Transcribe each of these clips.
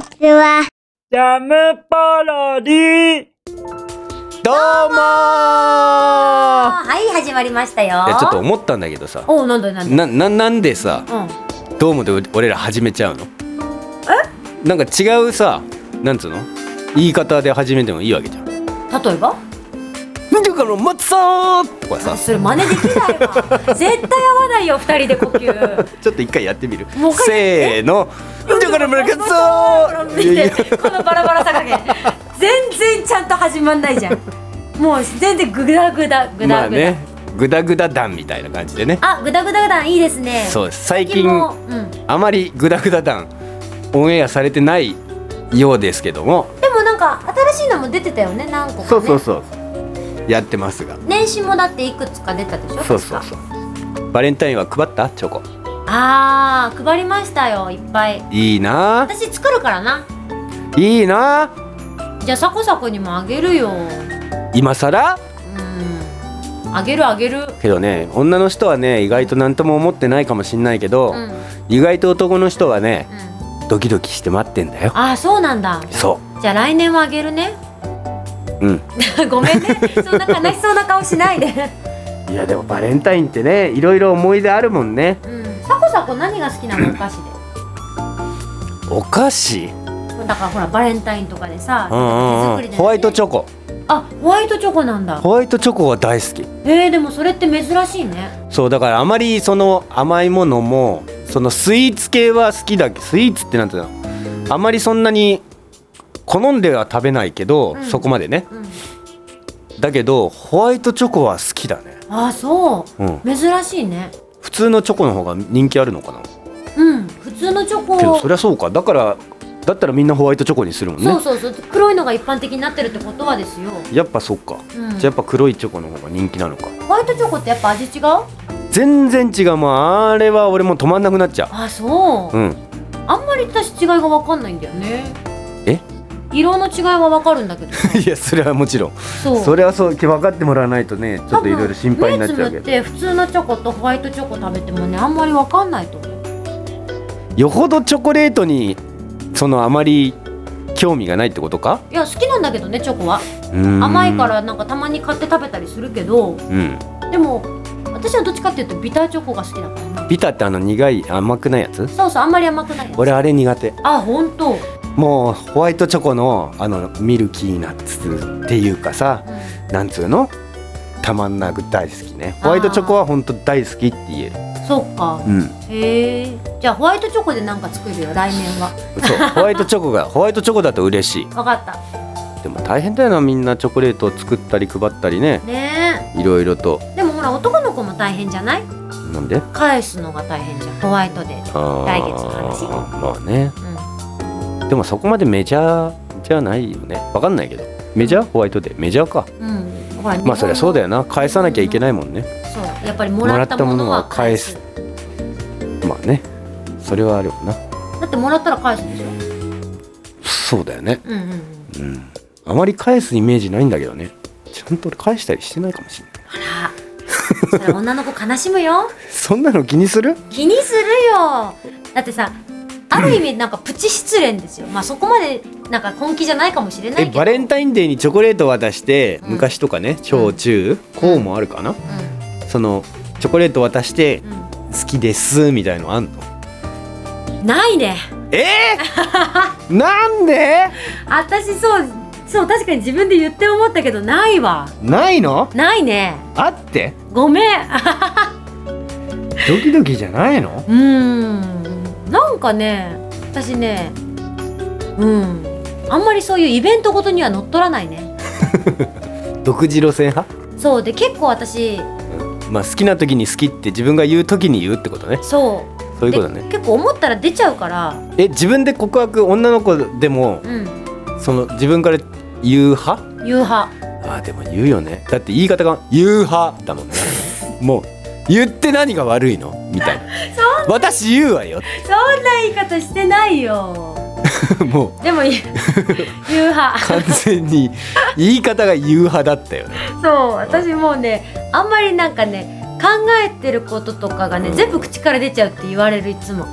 ちは。ジャムパロディどうもーはい、始まりましたよい。やちょっと思ったんだけどさおう、なんだなんだ。なななんでさうん。どうもで俺ら始めちゃうのえなんか違うさなんつうの言い方で始めてもいいわけじゃん「例えばなんでかの松さん!」とかさそれ真似できないわ。絶対合わないよ、二人で呼吸。ちょっと一回やってみるもう一回せーの「なんでかの村松さん!」見て、 このバラバラさ加減。全然ちゃんと始まんないじゃん。もう全然グダグダ、グまダあグダね。グダグダ団みたいな感じでねあ、グダグダグダ、いいですね。そうです最最近近も、うん。あまりグダグダ団オンエアされてないようですけどもでもなんか、新しいのも出てたよね、何個か、ね。そうやってますが年始もだっていくつか出たでしょそうそう確かそうバレンタインは配ったチョコあー、配りましたよ、いっぱい。いいな私作るからな。いいなじゃあ、サコサコにもあげるよ。今更うんあげるあげる。けどね女の人はね意外と何とも思ってないかもしんないけど、うんうん。意外と男の人はねドキドキして待ってんだよあそうなんだ。そじゃあ来年はあげるね。 ううんごめんね。そんな悲しそうな顔しないで。 いやでもバレンタインってねいろいろ思い出あるもんねうん。サコサコ何が好きなのお菓子お菓子で。だからほらバレンタインとかでさ、うんうんうんホワイトチョョコあホワイトチョコなんだ。ホワイトチョコは大好きえー、でもそれって珍しいね。そうだからあまりその甘いものもそのスイーツ系は好きだけスイーツってなんていうのあまりそんなに好んでは食べないけど、うんそこまでねうん。だけどホワイトチョコは好きだねあそう、うん珍しいね。普通のチョコの方が人気あるのかなうん。普通のチョコ。けどそりゃそうかだからだったらみんなホワイトチョコにするもんねそうそうそう。黒いのが一般的になってるってことはですよ。やっぱそっか、うんじゃあやっぱ黒いチョコの方が人気なのかホワイトチョコってやっぱ味違う？全然違うもうあれは俺も止まんなくなっちゃあそう。ううんあんまり私違いが分かんないんだよねえ色の違いは分かるんだけどさい やそれはもちろんそうそれはそう分かってもらわないとねちょっといろいろ心配になっちゃうけ多分目つぶどって普通のチョコとホワイトチョコ食べてもねあんまり分かんないと思うよほどチョコレートにそのあまり興味がないってことかいや好きなんだけどねチョコは甘甘いからなんかたまに買って食べたりするけどうんでも私はどっちかっていうとビターチョコが好きだからなビタってあの苦い甘くないやつそうそうあんまり甘くないやつ俺あれ苦手あ本当、うん、もうホワイトチョコのあのミルキーナッツっていうかさなんつうのたまんなく大好きねホワイトチョコはほんと大好きって言えるそっかうんへえじゃあホワイトチョコでなんか作るよ来年は そうホワイトチョコがホワイトチョコだと嬉しい分かったでも大変だよなみんなチョコレートを作ったり配ったりねねいろいろとえでもほら男の子も大変じゃないなんで返すのが大変じゃんホワイトデーで、来月の話まあねうでもそこまでメジャーじゃないよねわかんないけどメジャーホワイトでメジャーかんうん、ほらまあそりゃそうだよよな返さなきゃいけないもんねそうやっぱりもらったものは返すもまあねそれはあるよなだってもらったら返すでしょそうだよねうんうんうんうんあまり返すイメージないんだけどねちゃんと俺返したりしてないかもしれないあらそれ女の子悲しむよそんなの気にする気にするよだってさある意味なんかプチ失恋ですよまあそこまでなんか根気じゃないかもしれないえけどバレンタインデーにチョコレート渡してうん昔とかね小中高もあるかなそのチョコレート渡してうん好きですみたいのあんのうんないねえー、なんで私そうそう確かに自分で言って思ったけどないわないのないねあってごめんドキドキじゃないのうーんなんかね私ねうんあんまりそういうイベントごとには乗っ取らないね独自路線派そうで結構私まあ好きな時に好きって自分が言う時に言うってことねそうそういうでことね結構思ったら出ちゃうからえ自分で告白女の子でもうんその自分から言う派言う派あーでも言うよねだって言い方が言う派だも んねもう言って何が悪いのみたいな私言うわよ そんな言い方してないよもで も言う言うう派完全に言い方が言う派だったよねそう私もうねあんまりなんかね考えてることとかがね、うん全部口から出ちゃうって言われるいつも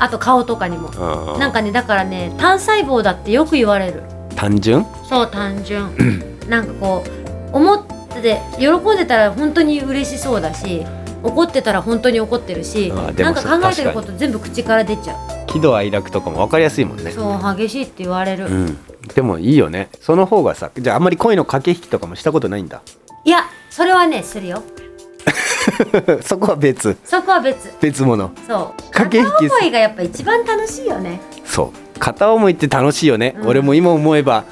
あと顔とかにもうんなんかねだからね単細胞だってよく言われる単純そう 単純なんかこう思ってて喜んでたら本当に嬉しそうだし怒ってたら本当に怒ってるしあーでなもんかそう考えてる確こかと全部口から出ちゃ喜怒哀楽とかも分かりやすいもんうねそう激しいって言われる、うんでもいいよねその方がさじゃああんまり恋の駆け引きとかもしたことないんだ いやそれはねするよそこは別そこは別別物そう駆け引きす片思いがやっぱ一番楽しいよねそう片思いって楽しいよね、うん俺も今思えば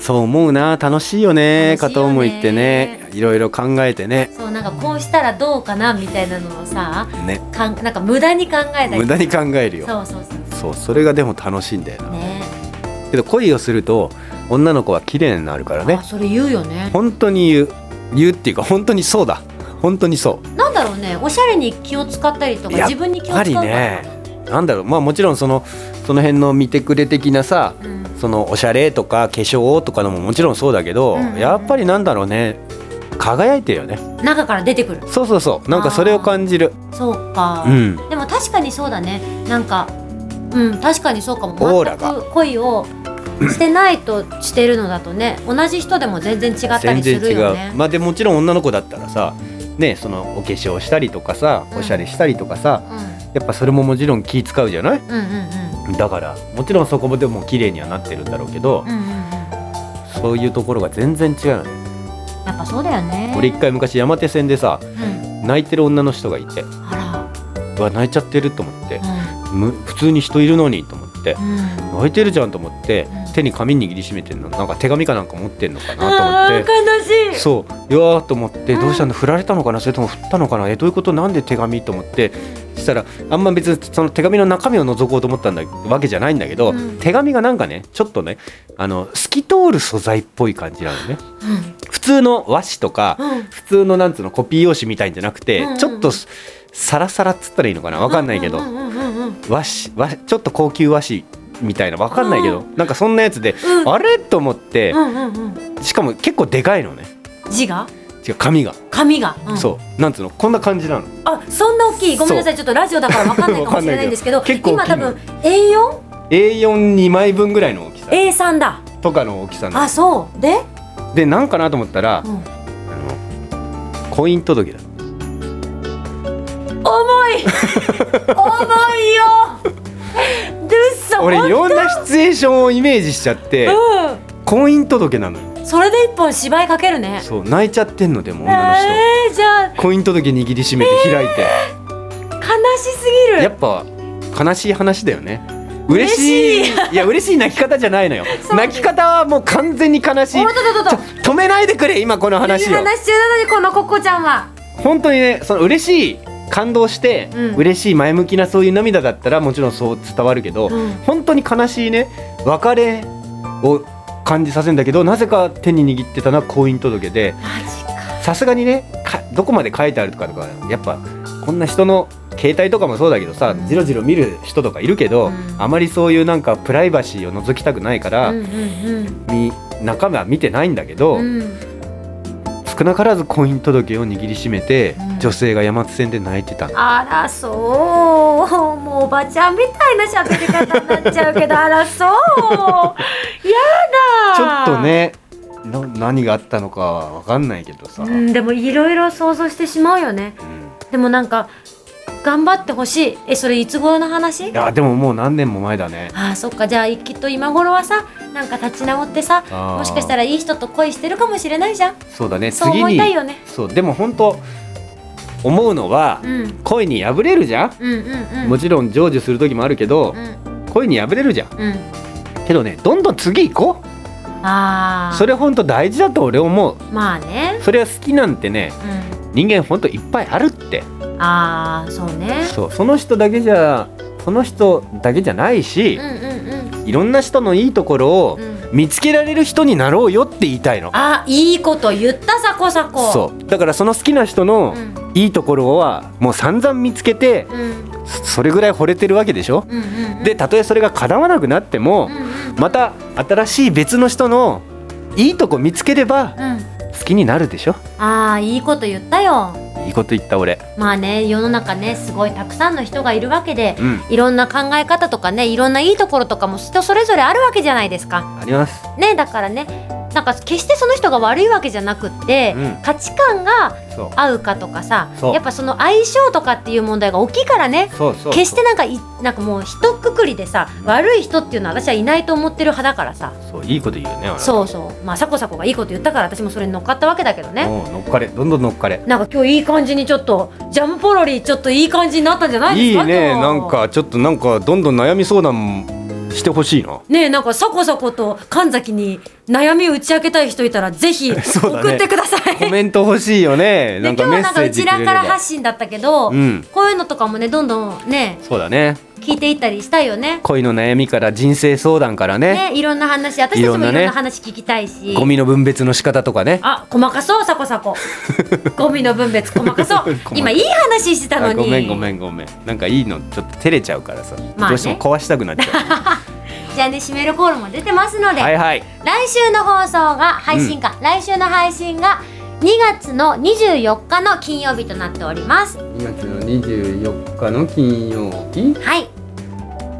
そう思うな楽しいよね楽しい片よね思いってねいろいろ考えてねそうなんかこうしたらどうかなみたいなのをさねかんなんか無駄に考えたり無駄に考えるよそうそうそそうそれがでも楽しいんだよな、うねけど恋をすると女の子は綺麗になるからねあそれ言うよね本当に言う言うっていうか本当にそうだ本当にそなんだろうねおしゃれに気を使ったりとかやっぱり自分にう気やを使っぱうりからねなんだろうまあもちろんそのその辺の見てくれ的なさうんそのおしゃれとか化粧とかのももちろんそうだけど、うんうんうんやっぱりなんだろうね輝いてるよね中から出てくるそうそうそうなんかそれを感じるそうか、うんでも確かにそうだねなんかうん確かにそうかもオーラが全く恋をしてないとしてるのだとね同じ人でも全然違った全り然する違ようねまあでもちろん女の子だったらさねそのお化粧したりとかさおしゃれしたりとかさ、やっぱそれももちろん気使うじゃないうんうんうんだからもちろんそこでも綺麗にはなってるんだろうけどうん、うんうんうんそういうところが全然違うのねやっぱそうだよね俺一回昔山手線でさうん、泣いてる女の人がいてあうわ泣いちゃってると思ってらむ普通に人いるのにと思ってうん、うん泣いてるじゃんと思ってうん手に紙握りしめてんのなんか手紙かなんか持ってんのかなあと思ーって悲しいそういやーと思ってうんどうしたの振られたのかなそれとも振ったのかなえどういうことなんで手紙と思ってしたらあんま別にその手紙の中身を覗こうと思ったんだわけじゃないんだけど、うん手紙がなんかねちょっとねあの透き通る素材っぽい感じなのねう普通の和紙とかんうん普通のなんつうのコピー用紙みたいんじゃなくて、うんうんうんちょっとサラサラっつったらいいのかなわかんないけど、うんうんうんうんうん和紙和ちょっと高級和紙みたいなわかんないけど、うなんかそんなやつで、うんあれと思って、うんうんうんしかも結構でかいのね字が違う紙が、紙が、うんそうなんつうのこんな感じなのあそんな大きいごめんなさいちょっとラジオだからわかんないかもしれないんですけ どわかんないけど今結構多大きいの分 A4 A42 枚分ぐらいの大きさ A3 だとかの大きさなあそうで、のでなんかなと思ったら、うんあの婚姻届だ重い重いよでっそ俺いろんなシチュエーションをイメージしちゃってう婚姻届なのよんそれで一本芝居かけるねそう泣いちゃってんのでもえ女の人、ー、じゃあ婚姻届握りしめて開いて、悲しすぎるやっぱ悲しい話だよね嬉しい嬉いや嬉しい泣き方じゃないのよう泣き方はもう完全に悲しいおっとっとっとっと止めないでくれ今このい話いを話中なのにこのココちゃんは本当にねその嬉しい感動して、うん嬉しい前向きなそういう涙だったらもちろんそう伝わるけど、うん本当に悲しいね別れを感じさせるんだけどなぜか手に握ってたのは婚姻届でマジかさすがにねかどこまで書いてあるとかとかやっぱこんな人の携帯とかもそうだけどさ、うんじろじろ見る人とかいるけど、うんあまりそういうなんかプライバシーを覗きたくないから、うんうんみ中身は見てないんだけど、うんうん少なからず婚姻届を握りしめて、うん女性が山手線で泣いてたのあらそうもうおばちゃんみたいな喋り方になっちゃうけどあらそう ちょやだっとねな何があったのかは分かんないけどさ、うん、でもいろいろ想像してしまうよねうんでもなんか頑張ってほしいえそれいつ頃の話いやでももう何年も前だねああそっかじゃあきっと今頃はさなんか立ち直ってさあーもしかしたらいい人と恋してるかもしれないじゃんそうだねそう次思いにたいよねそうでも本当思うのは、うん恋に破れるじゃん、うんうんうんもちろん成就する時もあるけどう、ん恋に破れるじゃんうんけどねどんどん次行こあうあそれ本当大事だと俺思うまあねそれは好きなんてねう人間本当いっぱいあるってんああそうねそうその人だけじゃその人だけじゃないしうん、うんうんいろんな人のいいところをうん見つけられる人になろうよって言いたいのあいいこと言ったさこさこそうだからその好きな人のんいいところはもう散々見つけてうんそそれぐらい惚れてるわけでしょうんうんうんでたとえそれが叶わなくなってもうんうんまた新しい別の人のいいとこ見つければうん好きになるでしょああいいこと言ったよいいこと言った俺まあね世の中ねすごいたくさんの人がいるわけでうんいろんな考え方とかねいろんないいところとかも人それぞれあるわけじゃないですか。ありますねだからねなんか決してその人が悪いわけじゃなくって、うん価値観がそう合うかとかさそうやっぱその相性とかっていう問題が大きいからねそうそう決してなんかいなんかもう一括りでさ悪い人っていうのは私はいないと思ってる派だからさそういいこと言うよね俺そうそうまあサコサコがいいこと言ったから私もそれに乗っかったわけだけどねもう乗っかれどんどん乗っかれなんか今日いい感じにちょっとジャムポロリちょっといい感じになったんじゃないでいすかいね今日なんかちょっとなんかどんどん悩み相談してほしいなねえなんかサコサコと神崎に悩みを打ち明けたい人いたらぜひ そうだね送ってください、コメント欲しいよねでな今ん日かはメなんッかセーうジくちれられからば発信だったけど、うんこういうのとかもねどんどんねそうだね聞いていったりしたいよね恋の悩みから人生相談からねねいろんな話私たちいろもいんろなんねな話聞きたいしゴミの分別の仕方とかねあ細かそうサコ サコゴミの分別細かそうかい今いい話してたのあごにめんごめんごめんなんかいいのちょっと照れちゃうからさ、まあねどうしても壊したくなっち ゃじゃあね締めるコールも出てますのうで、はいはい来週の放送が配信か、来週の配信が2月の24日の金曜日となっておりますは2月の24日の金曜日い、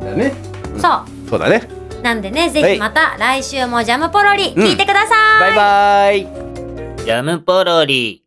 だねそそうだねうなんでねぜはひいまた来週もジャムポロリうん聞いてくださバい、イバイジャムポロリ。